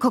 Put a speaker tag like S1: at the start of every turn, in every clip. S1: こ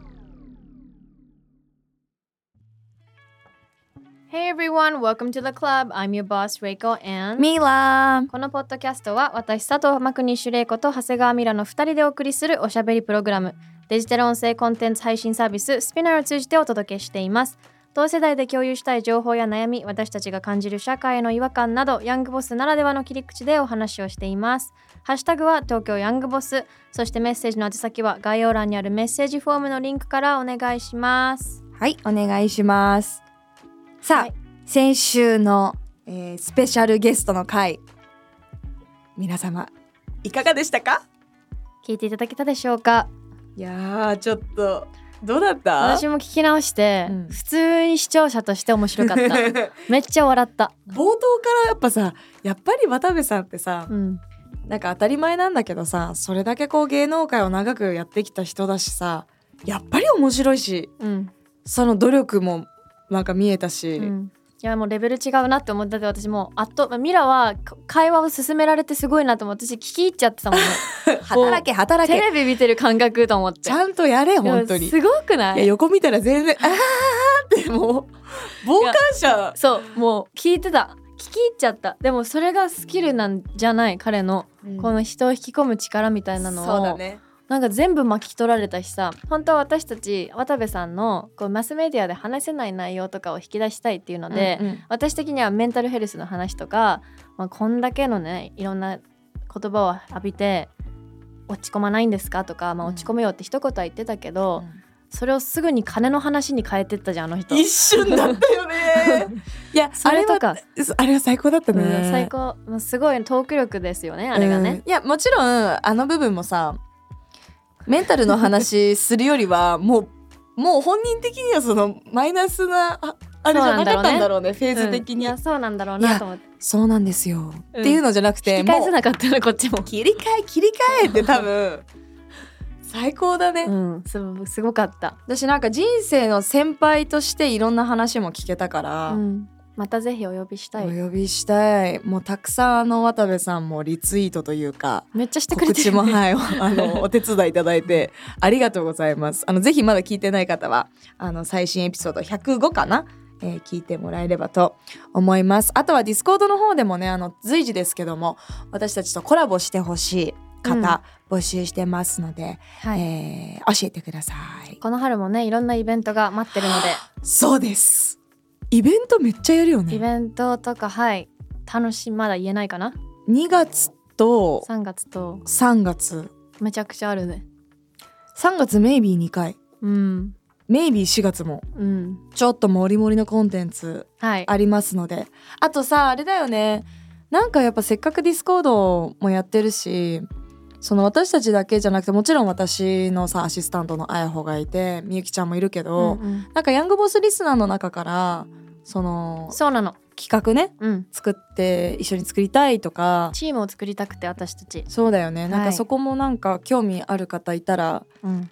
S2: Hey everyone, welcome to the club. I'm your boss Reiko and
S3: ミーラー
S2: このポッドキャストは私佐藤マクニッシュレイコと長谷川ミラの2人でお送りするおしゃべりプログラムデジタル音声コンテンツ配信サービススピナーを通じてお届けしています同世代で共有したい情報や悩み私たちが感じる社会への違和感などヤングボスならではの切り口でお話をしていますハッシュタグは東京ヤングボスそしてメッセージの宛先は概要欄にあるメッセージフォームのリンクからお願いします
S3: はい、お願いします。さあ、
S2: はい
S3: 先週の、えースペシャルゲストの回、皆様、いかがでしたか
S2: 聞いていただけたでしょうか
S3: いやー、ちょっと、どうだった
S2: 私も聞き直して、
S3: うん
S2: 普通に視聴者として面白かっためっちゃ笑った、
S3: 冒頭からやっぱさ、やっぱり渡部さんってさ、
S2: うん、
S3: なんか当たり前なんだけどさ、それだけこう芸能界を長くやってきた人だしさ、やっぱり面白いし、
S2: うん、
S3: その努力もなんか見えたし、
S2: うんいやもうレベル違うなって思ってて私もうあっとミラはか会話を進められてすごいなと思って私聞き入っちゃって たもんね
S3: 働け働
S2: テ
S3: け、
S2: レビ見てる感覚と思って
S3: ちゃんとやれ本当
S2: い
S3: に。
S2: やすごくない
S3: いや横見たら全然「あー」ってもう傍観者
S2: そうもう聞いてた聞き入っちゃったでもそれがスキルなんじゃない彼の、この人を引き込む力みたいなのを
S3: そうだね
S2: なんか全部巻き取られたしさ本当は私たち渡部さんのこうマスメディアで話せない内容とかを引き出したいっていうので、
S3: うんうん
S2: 私的にはメンタルヘルスの話とか、まあ、こんだけのねいろんな言葉を浴びて落ち込まないんですかとか、まあ、
S3: うん
S2: 落ち込めよって一言は言ってたけど、それをすぐに金の話に変えてったじゃんあの人。
S3: 一瞬だったよ ねいや
S2: そ
S3: あれ
S2: れと
S3: は
S2: か、
S3: あれは最高だった
S2: う
S3: ね、
S2: ん、最高、まあ、すごいトーク力ですよねあれがね。
S3: うんいやもちろんあの部分もさメンタルの話するよりは もうもう本人的にはそのマイナスなああれじゃなかったんだろうねフェーズ的
S2: うんい
S3: に、
S2: やそうなんだろうなと思って
S3: そうなんですよ、っていうのじゃなくて
S2: 引き返せ
S3: も
S2: なかったのこっちも
S3: う。切り替え切り替えって多分最高だね、
S2: うん、すすごかった。
S3: 私なんか人生の先輩としていろんな話も聞けたから、
S2: うん、またぜひお呼びしたい。
S3: お呼びしたいもうたくさんあの渡部さんもリツイートというか
S2: めっちゃしてくれ
S3: 告
S2: て
S3: 知
S2: る、
S3: も
S2: ね。
S3: はい あのお手伝いいただいてありがとうございますあのぜひまだ聞いてない方はあの最新エピソード105かな、えー聞いてもらえればと思いますあとはディスコードの方でもねあの随時ですけども私たちとコラボしてほしい方、募集してますので、
S2: はい。
S3: えー教えてください
S2: この春もね、いろんなイベントが待ってるの
S3: そうです。イベントめっちゃやるよ
S2: で、イ
S3: ね。
S2: ベントとかはい、楽しいまだ言えないかな。
S3: 2月と
S2: 3月と
S3: 3月。
S2: めちゃくちゃあるね。
S3: 3月メイビー2回。
S2: うん、
S3: メイビー4月も。
S2: うん、
S3: ちょっともりもりのコンテンツ
S2: はい。
S3: ありますので。あとさ、あれだよね。なんかやっぱせっかくディスコードもやってるし、その私たちだけじゃなくてもちろん私のさアシスタントのあやほがいてみゆきちゃんもいるけ
S2: うん
S3: ど、
S2: うん
S3: なんかヤングボスリスナーの中からその
S2: そうなの。
S3: 企画ね
S2: うん、
S3: 作って一緒に作りたいとか
S2: チームを作りたくて私たち。
S3: そうだよね。なん
S2: は
S3: か
S2: い
S3: そこもなんか興味ある方いたら
S2: うん、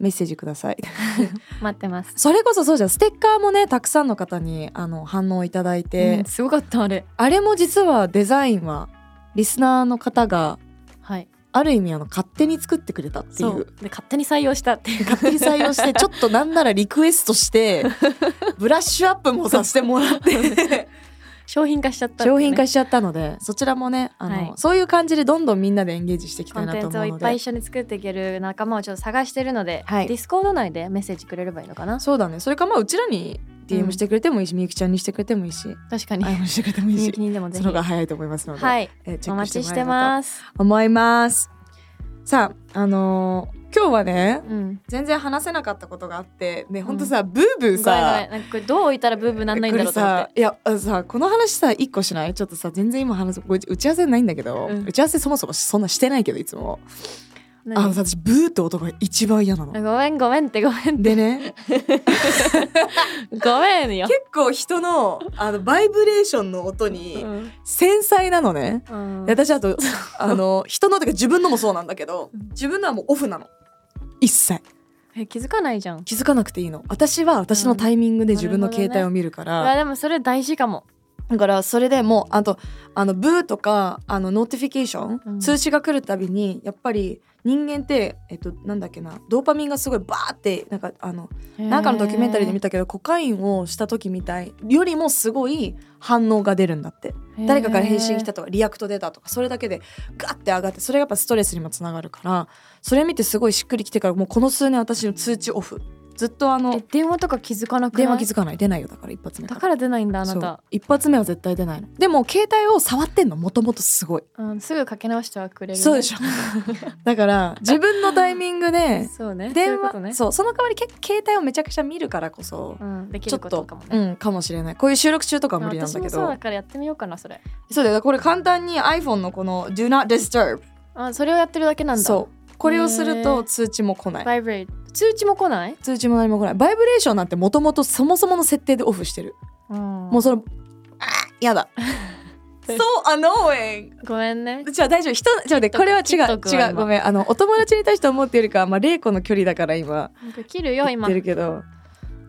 S3: メッセージください。
S2: 待ってます。
S3: それこそそうじゃん。ステッカーもね、たくさんの方にあの反応いただいて、
S2: うんすごかったあれ。
S3: あれも実はデザインはリスナーの方が
S2: はい。
S3: ある意味あの勝手に作ってくれたってい
S2: そう
S3: う。
S2: で勝手に採用したっていう。
S3: 勝手に採 用してちょっとなんならリクエストしてブラッシュアップもさせてもらって
S2: 商品化しちゃったっていう
S3: 商
S2: ね、
S3: 品化しちゃったのでそちらもねあの、
S2: はい
S3: そういう感じでどんどんみんなでエンゲージしていき
S2: コ
S3: たい
S2: ン
S3: な
S2: テ
S3: と
S2: ンツ
S3: 思
S2: を
S3: う
S2: い
S3: の
S2: っぱい
S3: で
S2: 一緒に作っていける仲間をちょっと探してるので、
S3: はい
S2: ディスコード内でメッセージくれればいいのかな
S3: そうだねそれかまあうちらに
S2: うん
S3: DM してくれてもいいし、みゆきちゃんにしてくれてもい いし
S2: 確かに
S3: 愛もしてくれてもいい
S2: 人
S3: し
S2: 気にでもぜ
S3: そ
S2: ひ
S3: の方が早いと思いますので、
S2: はい
S3: えーチェ
S2: お
S3: ック
S2: 待ち
S3: し
S2: してて
S3: もらえれば
S2: ます
S3: と思いますさああのー今日はね
S2: うん
S3: 全然話せなかったことがあってねほんとさ、ブーブ
S2: ご
S3: ー
S2: めんごめんな
S3: さ
S2: んかこれどう置いたらブーブーなんないんだろうと思っ
S3: さ
S2: て
S3: いやあのさこの話さ一個しないちょっとさ全然今話すご打ち合わせないんだけど、
S2: うん
S3: 打ち合わせそもそもそんなしてないけどいつもあの
S2: 何
S3: さ私ブーって音が一番嫌なの。
S2: ごめんごめんってごめん
S3: でね
S2: ごめん よ。
S3: 結構人のあのバイブレーションの音に
S2: うん
S3: 繊細なのね。
S2: うん
S3: で私 あとあの人のとか自分のもそうなんだけど
S2: うん
S3: 自分のはもうオフなの。一切
S2: え気づかないじゃん。
S3: 気づかなくていいの私は私のタイミングで自分の携帯を見るか
S2: う
S3: ら、
S2: わでもそれ大事かも。
S3: だからそれでもうあとあのブーとかあのノーティフィケーション、
S2: うん
S3: 通知が来るたびにやっぱり人間って、えっと、なんだっけなドーパミンがすごいバーってなんかあのなんかのドキュメンタリーで見たけどコカインをした時みたいよりもすごい反応が出るんだって
S2: へー
S3: 誰かから返信来たとかリアクト出たとかそれだけでガッて上がってそれがやっぱストレスにもつながるからそれ見てすごいしっくりきてからもうこの数年私の通知オフずっとあ
S2: え
S3: の
S2: 電話とか気づかなくない
S3: 電話気づかない出ないよだから一発目
S2: だ
S3: ら
S2: から出ないんだあな
S3: そう
S2: た。
S3: 一発目は絶対出ないのでも携帯を触ってんのもともとすごい、
S2: うんすぐかけ直してはくれるね。
S3: そう でしょだから自分のタイミングで
S2: そうね。そうい
S3: 電
S2: うこ
S3: 話そ
S2: と
S3: う,、
S2: ね。
S3: その代わりけ携帯をめちゃくちゃ見るからこそ、
S2: うんでき
S3: ちょ
S2: る
S3: っ
S2: こと
S3: と
S2: かもね。
S3: うんかもしれないこういう収録中とかは無理なんだ
S2: 私
S3: け
S2: も
S3: ど
S2: そ
S3: そうう
S2: だからやってみようかなそれ。
S3: だよこれ簡単に iPhone のこの「Do not disturb
S2: あそれをやってるだけな」んだ。
S3: そうこれをする
S2: へー
S3: と通知も来ない
S2: バイブレイ通知も来ない？
S3: 通知も何も来ないバイブレーションなんてもともとそもそもの設定でオフしてる
S2: も
S3: もうそのあー やだ So annoying
S2: ごめん ね。
S3: じゃあ大丈夫人じゃあねこれは違
S2: TikTok は
S3: う違う
S2: 今
S3: ごめんあのお友達に対して思っているかまあ玲子の距離だから今
S2: なんか切るよ
S3: 言っ
S2: 今。
S3: てるけど
S2: どう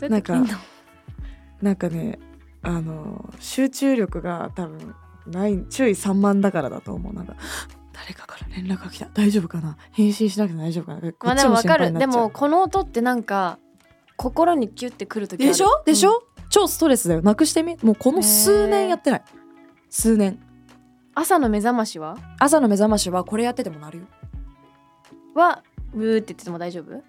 S2: や
S3: な
S2: っ
S3: ん
S2: て切ん
S3: か
S2: の
S3: なんかねあの集中力が多分ない注意散漫だからだと思うなんか誰かから連絡が来た大丈夫かな返信しなくて大丈夫かなこ
S2: まあ
S3: っ
S2: で
S3: ち
S2: も
S3: も
S2: わか
S3: 心配
S2: る。
S3: にな
S2: で
S3: っちゃ
S2: も
S3: う
S2: この音ってなんか心にキュってくるとき
S3: でしょでしょ超ストレスだよなくしてみもうこの数年やってない数年
S2: 朝の目覚ましは
S3: 朝の目覚ましはこれやっててもなるよ
S2: はブーって言ってても大丈夫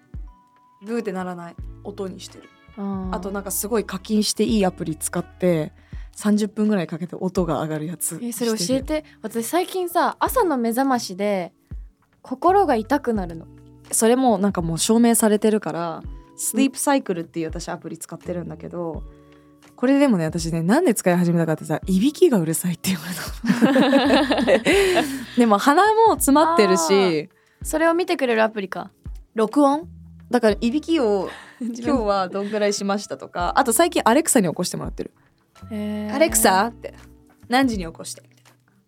S3: ブーってならない音にしてる
S2: あ
S3: あとなんかすごい課金していいアプリ使って30分ぐらいかけて音が上がるやつ
S2: えそれ
S3: して
S2: 教え
S3: る
S2: て私最近さ朝の目覚ましで心が痛くなるの
S3: それもなんかもう証明されてるからスリープサイクルっていう私アプリ使ってるんだけどこれでもね私ねなんで使い始めたかってさいびきがうるさいって言われた でも鼻も詰まってる
S2: あー
S3: し
S2: それを見てくれるアプリか
S3: 録音だからいびきを
S2: 今
S3: 今日はどんぐらいしましたとかあと最近アレクサに起こしてもらってる「アレクサ」って何時に起こして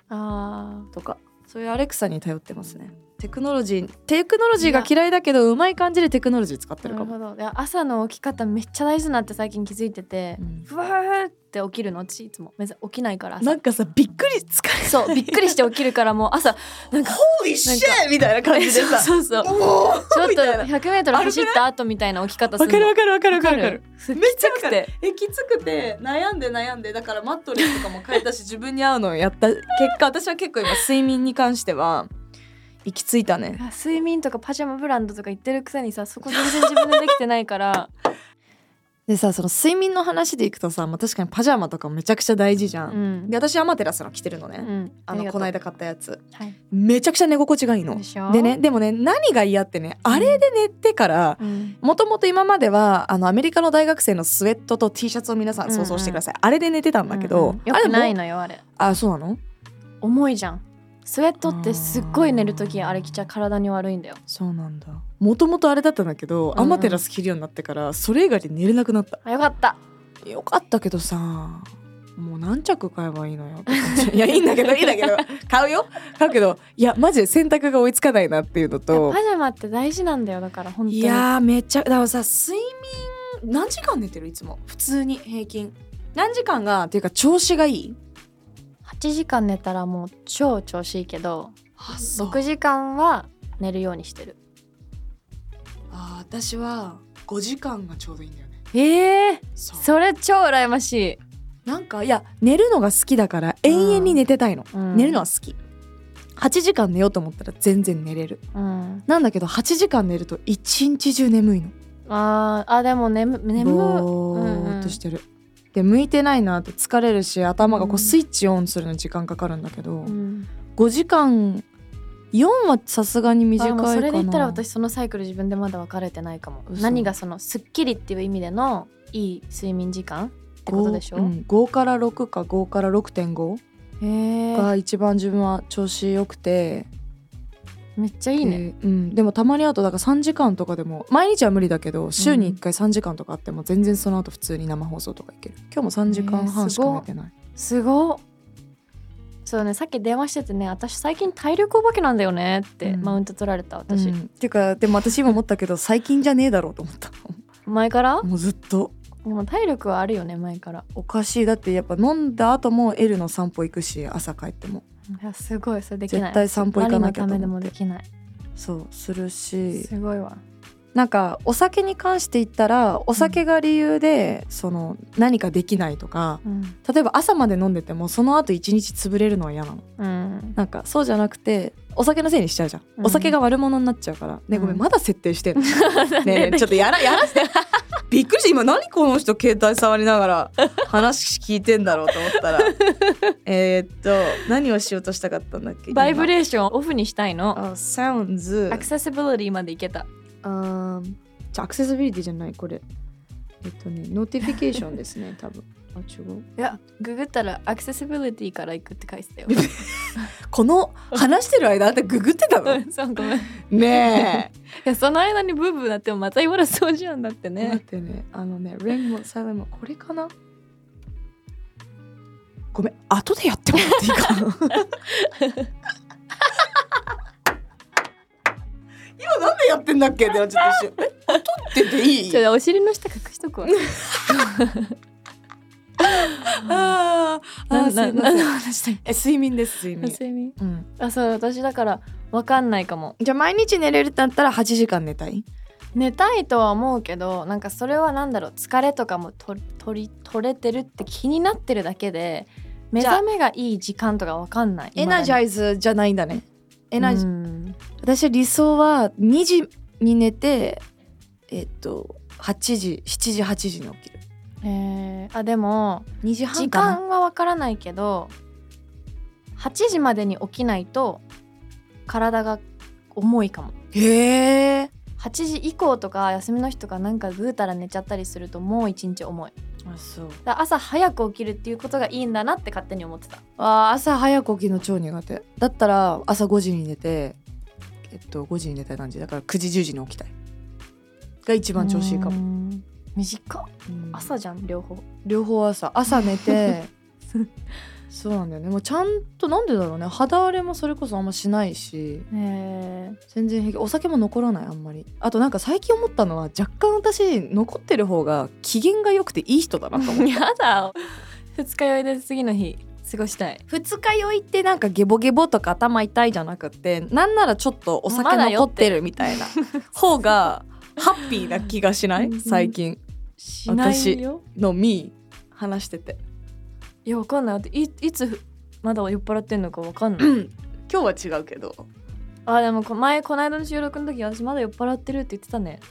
S2: あ
S3: とかそういうアレクサに頼ってますねテクノロジーテクノロジーが嫌いだけどうまい感じでテクノロジー使って
S2: ー
S3: る
S2: な
S3: か
S2: る
S3: も、
S2: ほどいや朝の起き方めっちゃ大事だなって最近気づいてて
S3: うん
S2: ふわーって起きるの私いつもめざ起きないから朝
S3: なんかさびっくり疲れ
S2: そうびっくりして起きるからもう 朝なんか「
S3: ホーリー
S2: シェ
S3: みたいな感じでさ
S2: そうそう そう
S3: も
S2: ちょっ
S3: み
S2: と
S3: たいな
S2: 100m 走った後みたいな起き方す
S3: わ
S2: る
S3: か
S2: の
S3: るわかるわかるわかるわかる
S2: すっ
S3: めっちゃわ
S2: き
S3: か
S2: く
S3: る
S2: て
S3: えきつくて悩んで悩んでだからマットレスとかも変え たし自分に合うのをやった結果私は結構今睡眠に関しては行き着いたね
S2: あ睡眠とかパジャマブランドとか言ってるくせにさそこ全然自分でできてないから
S3: でさその睡眠の話でいくとさ、まあ、確かにパジャマとかもめちゃくちゃ大事じゃ、
S2: うんん
S3: で私アマテラスの着てるのね、
S2: うん
S3: あのこの間買ったやつ
S2: はい
S3: めちゃくちゃ寝心地がいいの
S2: でしょ
S3: でねでもね何が嫌ってねあれで寝てから
S2: うん
S3: もともと今まではあのアメリカの大学生のスウェットと T シャツを皆さん想像してください、あれで寝てたんだけど、
S2: うんうんよ
S3: あれ
S2: く
S3: も
S2: ないのよあれ
S3: あそうなの
S2: 重いじゃんスウェットってすっごい寝るときあれきちゃ体に悪いんだよ
S3: そうなんだもともとあれだったんだけど、
S2: うんうん
S3: アマテラス着るようになってからそれ以外で寝れなくなった
S2: あよかった
S3: よかったけどさもう何着買えばいいのよって感じ いやいいんだけどいいんだけど買うよ買うけどいやマジで洗濯が追いつかないなっていうの
S2: いや
S3: と
S2: パジャマって大事なんだよだから本当に
S3: いやーめっちゃだからさ睡眠何時間寝てるいつも普通に平均何時間がっていうか調子がいい
S2: 8時間寝たらもう超調子いいけど
S3: あ
S2: 6時間は寝るようにしてる
S3: あ私は5時間がちょうどいいんだよね
S2: ええ
S3: そう
S2: それ超羨ましい、
S3: なんかいや寝るのが好きだから永遠に寝てたいの、
S2: うん
S3: 寝るのは好き8時間寝ようと思ったら全然寝れる
S2: うん、
S3: なんだけど8時間寝ると一日中眠いの
S2: あーあでも眠眠
S3: ぼーっとしてる、で向いてないなって疲れるし頭がこ
S2: うん
S3: うスイッチオンするのに時間かかるんだけど、
S2: うん
S3: 5時間4はさすがに短い
S2: あ
S3: か
S2: でも
S3: な
S2: それで言ったら私そのサイクル自分でまだ分かれてないかも
S3: 嘘
S2: 何がそのすっきりっていう意味でのいい睡眠時間ってことでしょ、
S3: 5, うん、5から6か5から6.5
S2: へえ
S3: が一番自分は調子良くて
S2: めっちゃいいね。
S3: えーうん、でもたまにあとだから3時間とかでも毎日は無理だけど週に1回3時間とかあっても全然その後普通に生放送とかいける今日も3時間半しか寝てない、
S2: すごっそうねさっき電話しててね私最近体力お化けなんだよねって、
S3: うん
S2: マウント取られた私、
S3: うんていうかでも私今思ったけど最近じゃねえだろうと思った
S2: 前から
S3: もうずっと
S2: でも体力はあるよね前から
S3: おかしいだってやっぱ飲んだ後も L の散歩行くし朝帰っても
S2: いやすごいそれできない
S3: 絶対散歩行かなきゃと
S2: 何のためで
S3: 思
S2: も
S3: っ
S2: で
S3: て
S2: きない
S3: そうするし
S2: すごいわ
S3: なんかお酒に関して言ったらお酒が理由でその何かできないとか
S2: うん、
S3: 例えば朝まで飲んでてもその後一日潰れるのは嫌なの
S2: うん、
S3: なんかそうじゃなくてお酒のせいにしちゃうじゃん、
S2: うん
S3: お酒が悪者になっちゃうからねごめん、
S2: うん
S3: まだ設 定してんのねえねえちょっとやらやらせてびっくりして今何この人携帯触りながら 話聞いてんだろうと思 ったらえーっと何をしようとしたかったんだっけ
S2: バイブ
S3: ー
S2: レーションオフにしたいの
S3: あ sounds
S2: アクセシビリティまでいけた
S3: あーじゃあアクセシビリティじゃないこれえっとねノーティフィケーションですね多分あ違う
S2: いやググったらアクセシビリティから行くって書いてたよ
S3: この話してる間あんたググってたの
S2: うん そうごめんい
S3: ねえ
S2: やその間にブーブーなってもまた言われそうじゃんだって
S3: 待っ
S2: ね
S3: てねあのねレンもサイレンもこれかなごめん後でやってもらっていいかな今なんでやってんだっけってなっちゃって一瞬え後ってでいい
S2: ちょお尻の下隠しとくわ
S3: あーあー
S2: な
S3: す
S2: な何
S3: いませ
S2: の
S3: ん
S2: 話だっ
S3: え睡眠です睡
S2: け
S3: 眠、
S2: 睡眠
S3: うん、
S2: あそう私だからわかんないかも
S3: じゃあ毎日寝れるってなったら8時間寝たい
S2: 寝たいとは思うけどなんかそれはなんだろう疲れとかもと取り取れてるって気になってるだけで目
S3: じゃあ
S2: 覚めがいい時間とかわかんない
S3: エナジ
S2: イ
S3: ャイズじゃないんだねエ
S2: エ
S3: ナジ私理想は2時に寝てえっと8時7時8時に起きる
S2: えーあでも
S3: 2時
S2: 時
S3: 半かな
S2: 間はわからないけど8時までに起きないと体が重いかも
S3: へえ
S2: 8時以降とか休みの日とかなんかぐうたら寝ちゃったりするともう一日重い
S3: あそう
S2: だから朝早く起きるっていうことがいいんだなって勝手に思ってた
S3: あー朝早く起きるの超苦手だったら朝5時に寝てえっと5時に寝たい何時だから9時10時に起きたいが一番調子いいかも、
S2: も短っ
S3: うん
S2: 朝じゃん両方
S3: 両方朝朝寝 てそうなんだよねもうちゃんとなんでだろうね肌荒れもそれこそあんましないし
S2: え
S3: 全然平気お酒も残らないあんまりあとなんか最近思ったのは若干私残ってる方が機嫌が良くていい人だなと思って
S2: ー、 やだ二日酔いで次の日過ごしたい
S3: 二日酔いってなんかゲボゲボとか頭痛いじゃなくてなんならちょっとお
S2: ま
S3: 酒
S2: だ酔
S3: 残
S2: っ
S3: ってるみた いな方がハッピーな気がしない
S2: うん
S3: 最近
S2: しないよ
S3: のみ話してて
S2: いやわかんないだっていいつまだ酔っ払ってんのかわかんない
S3: 今日は違うけど
S2: あでもこ前この間の収録の時私まだ酔っ払ってるって言ってたね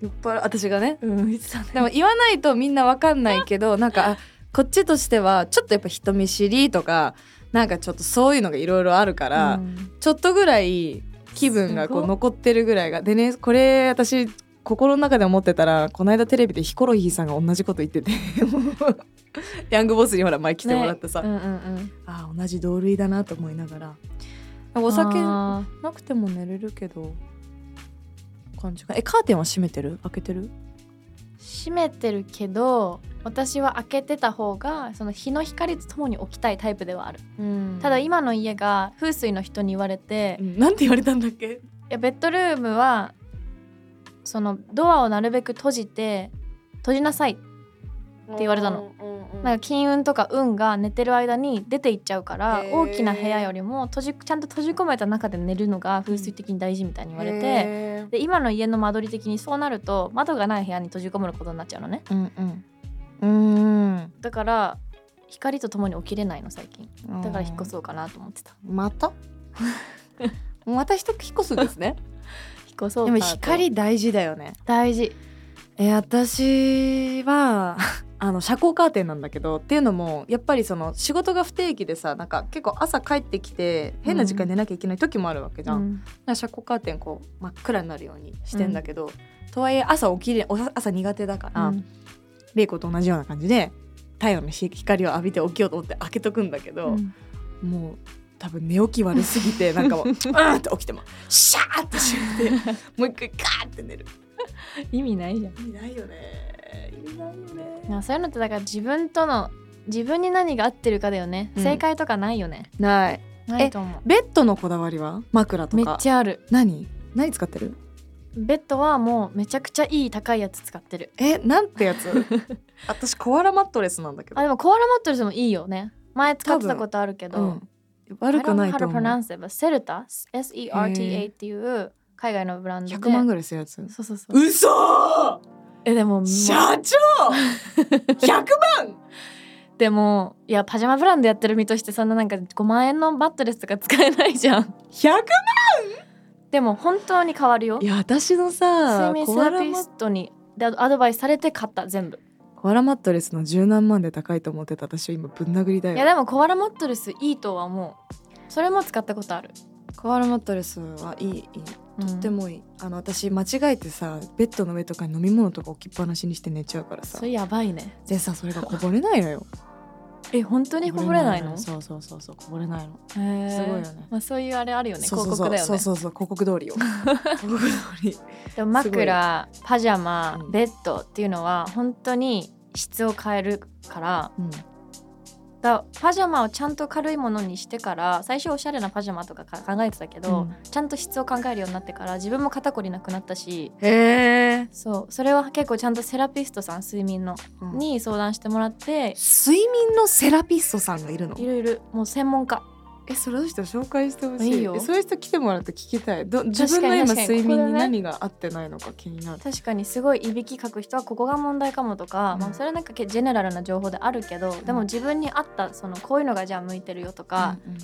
S3: 酔っ払私がね
S2: うん言ってたね
S3: でも言わないとみんなわかんない けどなんかあこっちとしてはちょっとやっぱ人見知りとかなんかちょっとそういうのがいろいろあるから、
S2: うん
S3: ちょっとぐらい気分が
S2: す
S3: こう
S2: ごっ
S3: 残ってるぐらいがでねこれ私心の中で思ってたらこの間テレビでヒコロヒーさんが同じこと 言っててヤングボスにほら前来てもらってさ、
S2: ねうんうんうん
S3: ああ同じ同類だなと思いながらお酒な
S2: あ
S3: くても寝れるけど感じがえカーテンは閉めてる開けてる
S2: ー閉めてるけど私は開けてた方がその日の光とともに起きたいタイプではある、ただ今の家が風水の人に言われて、
S3: うんなんて言われたんだっけ
S2: いやベッドルームはそのドアをなるべく閉じて閉じなさい
S3: って
S2: 言われたの。なんか金運とか運が寝てる間に出ていっちゃうから
S3: へー
S2: 大きな部屋よりも閉じちゃんと閉じ込めた中で寝るのが風水的に大事みたいに言われて
S3: て。
S2: で今の家の間取り的にそうなると窓がない部屋に閉じ込めることになっちゃうのね
S3: うんうん。
S2: だから光とともに起きれないの最近
S3: うん。
S2: だから引っ越そうかなと思ってた
S3: ま たまた一引っ越すんですね
S2: 引っ越そう
S3: で
S2: か
S3: も
S2: と
S3: 光大事だよね
S2: 大事
S3: えー私は あの遮光カーテンなんだけどっていうのもやっぱりその仕事が不定期でさなんか結構朝帰ってきて変な時間に寝なきゃいけない時もあるわけじゃん、
S2: う
S3: だか
S2: ん
S3: ら遮光カーテンこう真っ暗になるようにしてんだけど、とはいえ朝起きれお朝苦手だから、
S2: うん
S3: 玲子と同じような感じで太陽の光を浴びて起きようと思って開けとくんだけど、
S2: うん
S3: もう多分寝起き悪すぎ てなんかもううーんって起きてもシャーってしめてもう一回ガーって寝る
S2: 意味ないじゃん
S3: 意味ないよね意味ないよね
S2: そういうのってだから自分との自分に何が合ってるかだよね、
S3: うん
S2: 正解とかないよね
S3: ない
S2: ないと思
S3: ベッドのこだわりは枕
S2: う
S3: と
S2: めっ
S3: か
S2: ちゃある
S3: 何何使ってる
S2: ベッドはもうめちゃくちゃいい高いやつ使ってる
S3: えなんてやつ 私コアラマットレスなんだけど
S2: あでもコアラマットレスもいいよね前使ってたことあるけど、
S3: うん、悪くないと
S2: I don't
S3: 思
S2: know how
S3: う
S2: to pronounce it, but セルタ SERTA っていう海外のブランドで
S3: 100万ぐらいするやつ
S2: そうそうそう
S3: 嘘
S2: えでも
S3: 社
S2: も
S3: 長100万
S2: うでもいやパジャマブランドやってる身としてそんななんか5万円のマットレスとか使えないじゃん
S3: 100万
S2: でも本当に変わるよ
S3: いや私のさ
S2: 睡眠セ
S3: コア
S2: ラ
S3: ラ
S2: ピ
S3: マ
S2: ストにでアドバイスされて買った全部
S3: コアラマットレスの十何万で高いと思ってた私は今ぶん殴りだ
S2: い
S3: よ
S2: やでもコアラマットレスいいとは思うそれも使ったことある、
S3: コアラマットレスはいいいい
S2: と
S3: でもいいあの私間違えてさベッドの上とかに飲み物とか置きっぱなしにして寝ちゃうからさ
S2: それやばいね
S3: でさそれがこぼれないのよ
S2: え本当にこぼれないの
S3: そうそうそうそうこぼれないの
S2: へー
S3: すごいよね
S2: まあ、そういうあれあるよね
S3: そうそう
S2: 広告だよね
S3: そうそうそう広告 通りよ広告通り
S2: でも枕パジャマ
S3: うん
S2: ベッドっていうのは本当に質を変えるから
S3: うん
S2: だパジャマをちゃんと軽いものにしてから最初おしゃれなパジャマとかか考えてたけど、
S3: うん
S2: ちゃんと質を考えるようになってから自分も肩こりなくなったし
S3: へえ、
S2: そうそれは結構ちゃんとセラピストさん睡眠の、に相談してもらって
S3: 睡眠のセラピストさんがいるの
S2: いろいろもう専門家
S3: えそれの人紹介してほ
S2: しいいいよ
S3: そういう人来てもらって聞きたいど自分の今
S2: 確かに確かに
S3: 睡眠に
S2: ここだ
S3: 何が合ってないのか気になる
S2: 確かにすごいいびきかく人はここが問題かもとか、
S3: うん
S2: まあ、それはなんかけジェネラルな情報であるけど、でも自分に合ったそのこういうのがじゃあ向いてるよとか、
S3: うんうん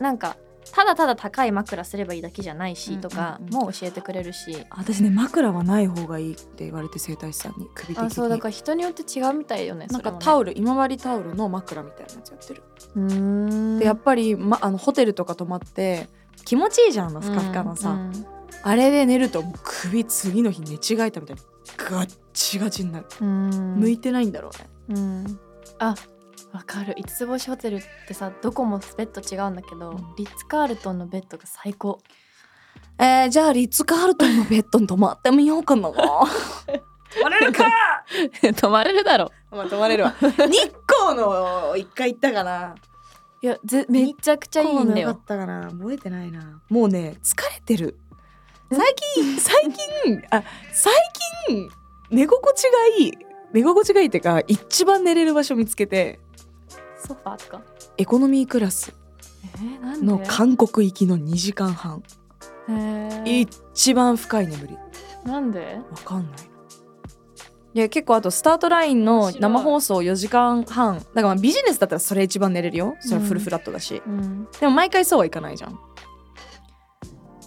S2: なんかただただ高い枕すればいいだけじゃないしとか
S3: うんうんうん
S2: もう教えてくれるし、
S3: 私ね枕はない方がいいって言われて整体師さんに首的に
S2: あそうだから人によって違うみたいよね
S3: なんかタ
S2: オ
S3: オル今治タオルの枕みたいなやつやってる、
S2: うーん
S3: でやっぱり、ま、あのホテルとか泊まって気持ちいいじゃんあのふかふかのさ、
S2: うん
S3: あれで寝るともう首次の日寝違えたみたいにガッチガチになる、
S2: うん
S3: 向いてないんだろうね
S2: うんあわかる五つ星ホテルってさどこもベッド違うんだけど、
S3: うん
S2: リッツ・カールトンのベッドが最高
S3: えー、じゃあリッツ・カールトンのベッドに泊まってみようかな泊まれ るか
S2: 泊まれるだろ
S3: まあ泊まれるわ日光の一回行ったかない
S2: やぜめちゃくちゃいいんだ
S3: よか
S2: よ
S3: ったかな覚えてないなもうね疲れてる最近最近あ最近寝心地がいい寝心地がいいっていうか一番寝れる場所見つけて
S2: ソファーとか
S3: エコノミークラス
S2: えー、なんで
S3: の韓国行きの2時間半
S2: えー、
S3: 一番深い眠り
S2: なんで
S3: わかんないいや結構あとスタートラインの
S2: 面白い
S3: 生放送4時間半だからまあビジネスだったらそれ一番寝れるよそれはフル
S2: うん
S3: フラットだし、
S2: うん
S3: でも毎回そうはいかないじゃん。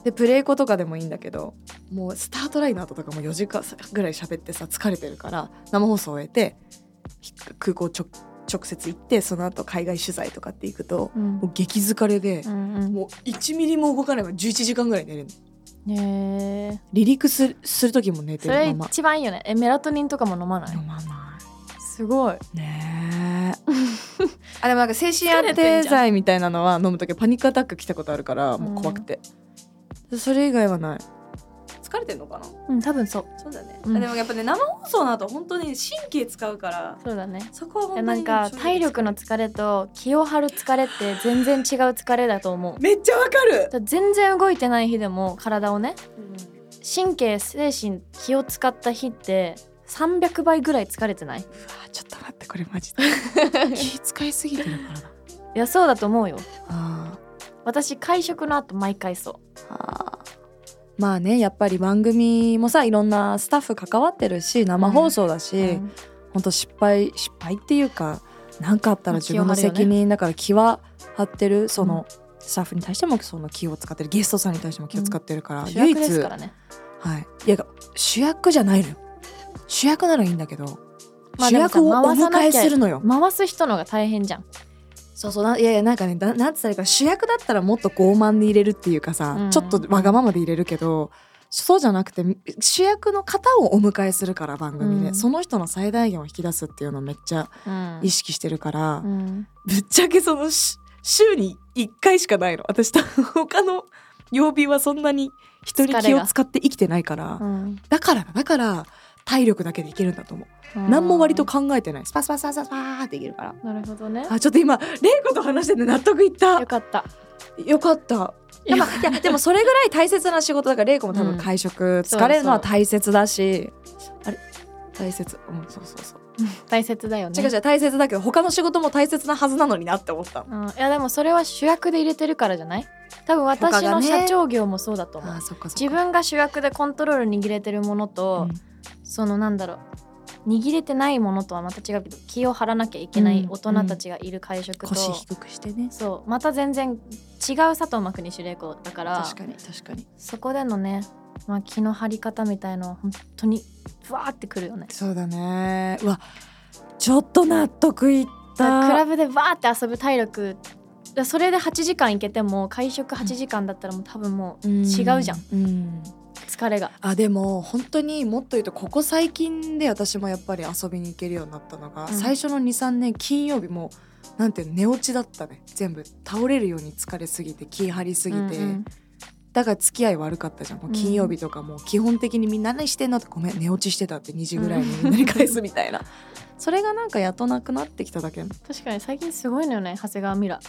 S3: でプレイコとかでもいいんだけどもうスタートラインの後とかも4時間ぐらい喋ってさ疲れてるから生放送終えてひ空港ちょ直接行ってその後海外取材とかって行くと
S2: うん
S3: もう激疲れで
S2: う、ん
S3: もう1ミリも動かないまま11時間ぐらい寝れるの
S2: うんへえー
S3: 離陸するする時も寝て
S2: それ
S3: るまま
S2: 一番いいよねえメラトニンとかも飲まない
S3: 飲まな
S2: すごい
S3: いね えあでもなんか精神安
S2: 疲れて
S3: 定
S2: んじゃ
S3: 剤みたいなのは飲む時パニックアタック来たことあるからもう怖くて、それ以外はない疲れてんのかな
S2: うん多分そう
S3: そうだね、
S2: うん
S3: あでもやっぱね生放送の後本当に神経使うから
S2: そうだね
S3: そこは
S2: い
S3: 本当
S2: や
S3: に
S2: なんか体力の疲れと気を張る疲れって全然違う疲れだと思う
S3: めっちゃわかる、
S2: だ全然動いてない日でも体をね神経精神気を使った日って300倍ぐらい疲れてないい
S3: ちょっと待ってこれマ ジで気使いすぎてるからだ
S2: やそうだと思うよ
S3: あ
S2: 私会食の後毎回そ
S3: ーあーまあねやっぱり番組もさいろんなスタッフ関わってるし生放送だし、
S2: う、
S3: 本当失敗失敗っていうか何かあったら自分の
S2: 気を張るよね
S3: 責任、だから気は張ってるその、スタッフに対してもその気を使ってるゲストさんに対しても気を使ってるから、
S2: 主
S3: 唯
S2: 役
S3: 一
S2: ですからね
S3: はい、いや主役じゃないのよ主役ならいいんだけど、
S2: まあ
S3: 主役をお
S2: でもさ回さ
S3: 迎
S2: な
S3: え
S2: きゃ
S3: するのよ
S2: 回す人の方が大変じゃん
S3: そうそうないやいやなんかねだなんつったらいいか主役だったらもっと傲慢で入れるっていうかさ、
S2: うん
S3: ちょっとわがままで入れるけどそうじゃなくて主役の方をお迎えするから番組で、
S2: うん
S3: その人の最大限を引き出すっていうのをめっちゃ
S2: うん
S3: 意識してるから、
S2: うん
S3: ぶっちゃけそのし週に1回しかないの私多分他の曜日はそんなに人に気を使って生きてないから、
S2: うん
S3: だからだだから体力だけでいけるんだと思う、
S2: うん
S3: 何も割と考えてないスパスパスパスパスパーっていけるから
S2: なるほどね
S3: あちょっと今玲子と話してて納得いった
S2: よかった
S3: よかったやっぱいやでもそれぐらい大切な仕事だから玲子も多分会食、
S2: そう
S3: 疲れるのは大切だしあれ大切うんそうそうそう
S2: 大切だよね
S3: 違う違う大切だけど他の仕事も大切なはずなのになって思った
S2: うん、いやでもそれは主役で入れてるからじゃない多分私
S3: 他が
S2: の
S3: ね
S2: 社長業もそうだと思う、
S3: あそっかそっか
S2: 自分が主役でコントロール握れてるものと、そのなんだろう握れてないものとはまた違うけど気を張らなきゃいけない大人たちがいる会食と、
S3: 腰低くしてね
S2: そうまた全然違う佐藤真国主玲子だから
S3: 確かに確かに
S2: そこでのね、まあ、気の張り方みたいのは本当にふわーってくるよね
S3: そうだねうわちょっと納得いっ
S2: だからクラ
S3: た
S2: ブでバーって遊ぶ体力だそれで8時間行けても会食8時間だったらもう多分もう違うじゃん、
S3: うん
S2: 疲れが
S3: あでも本当にもっと言うとここ最近で私もやっぱり遊びに行けるようになったのが、
S2: ん
S3: 最初の23年金曜日もうなんていうの寝落ちだったね全部倒れるように疲れすぎて気張りすぎて、
S2: うん
S3: だから付き合い悪かったじゃんもう金曜日とかもう基本的にみんな何してんのってごめん寝落ちしてたって2時ぐらいにみんなに返すみたいな、それがなんかやっとなくなってきただけ
S2: 確かに最近すごいのよね長谷川ミラ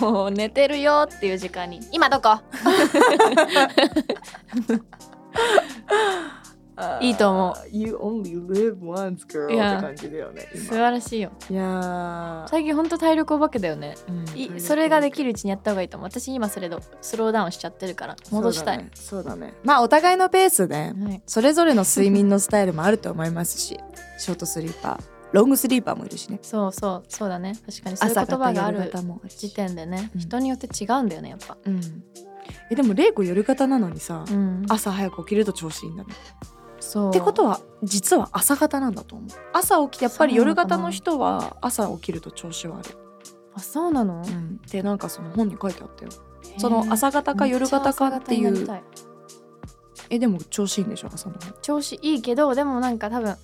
S2: もう寝てるよっていう時間に今どこいいと思う
S3: う You only live once girl
S2: いや
S3: って感じだよね
S2: 素
S3: 今
S2: 晴らしいよ
S3: いや
S2: 最近ほんと体力お化けだよね
S3: ー
S2: い
S3: うん
S2: それができるうちにやった方がいいと思う私今それでスローダウンしちゃってるから戻したい、
S3: そうだねそうだねまあお互いのペースで
S2: はい
S3: それぞれの睡眠のスタイルもあると思いますしショートスリーパーロングスリーパーもいるしね
S2: そうそうそうだね確かにそういう言
S3: 朝
S2: 葉
S3: 方
S2: があ
S3: 夜
S2: る
S3: 方もある
S2: 時
S3: し、
S2: 点でね、
S3: うん
S2: 人によって違うんだよねやっぱ、
S3: うん、えでも玲子夜方なのにさ、
S2: うん、
S3: 朝早く起きると調子いいんだね
S2: そう
S3: ってことは実は朝方なんだと思う朝起きてやっぱ
S2: そ
S3: り
S2: うな
S3: 夜
S2: のかな
S3: 型の人は朝起きると調子悪い、
S2: あそうなの、
S3: うん、ってなんかその本に書いてあったよその朝方か夜型かってい
S2: めちゃ朝方になり
S3: う
S2: たい
S3: えでも調子いいんでしょ朝の方
S2: 調子いいけどでもなんか多分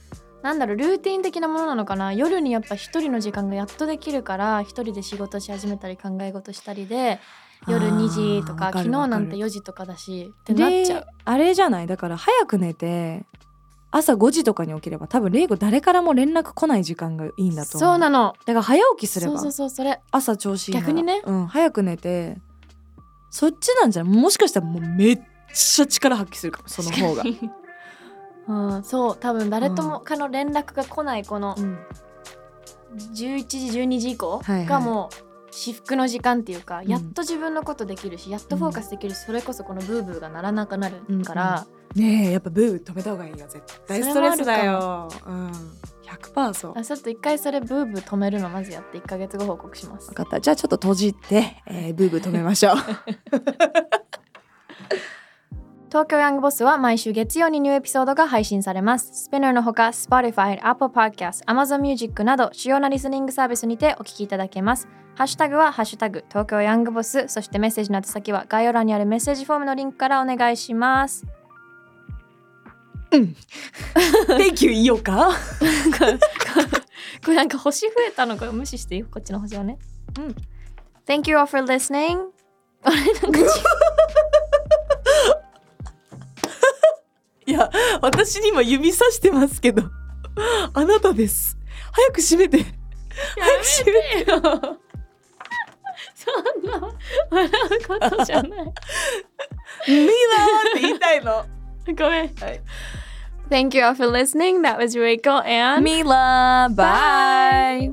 S2: なんだろうルーティン的なものなのかな夜にやっぱ一人の時間がやっとできるから一人で仕事し始めたり考え事したりで夜
S3: あー
S2: 2時とか
S3: わる
S2: 昨日なんて
S3: わ
S2: 4時とかだしって
S3: る
S2: なっちゃう
S3: であれじゃないだから早く寝て朝5時とかに起きれば多分玲子誰からも連絡来ない時間がいいんだと思う
S2: そうなの
S3: だから早起きすれ
S2: そ
S3: ば
S2: うそうそうそれ
S3: 朝調子いいなら
S2: 逆にね
S3: うん、早く寝てそっちなんじゃないもしかしたらもうめっちゃ力発揮するかもその方が、
S2: うん、そう多分誰ともかの連絡が来ないこの
S3: うん
S2: 11時12時以降
S3: はいはい
S2: がもう至福の時間っていうか、
S3: ん
S2: やっと自分のことできるしやっとフォーカスできるし、それこそこのブーブーがならなくなるから、
S3: ねえやっぱブーブー止めた方がいいよ絶対ストレスだよ、うん、100%そう
S2: あちょっと一回それブーブー止めるのまずやって1ヶ月後報告します
S3: 分かったじゃあちょっと閉じて、えーブーブー止めま しょう
S2: 東京ヤングボスは毎週月曜にニューエピソードが配信されますスピナーのほか Spotify、Apple Podcast、Amazon Music など主要なリスニングサービスにてお聞きいただけますハッシュタグはハッシュタグ東京ヤングボスそしてメッセージの宛先は概要欄にあるメッセージフォームのリンクからお願いします
S3: うん Thank you 言おうか
S2: これなんか星増えたのこれ無視していいこっちの星をね
S3: うん
S2: Thank you all for listening
S3: いや私に今指さしてますけどあなたです早く閉めて早く閉めて
S2: そんな笑うことじゃない
S3: ミラーって言いたい の
S2: ごめん、
S3: はい
S2: Thank you all for listening that was Reiko and
S3: Mila bye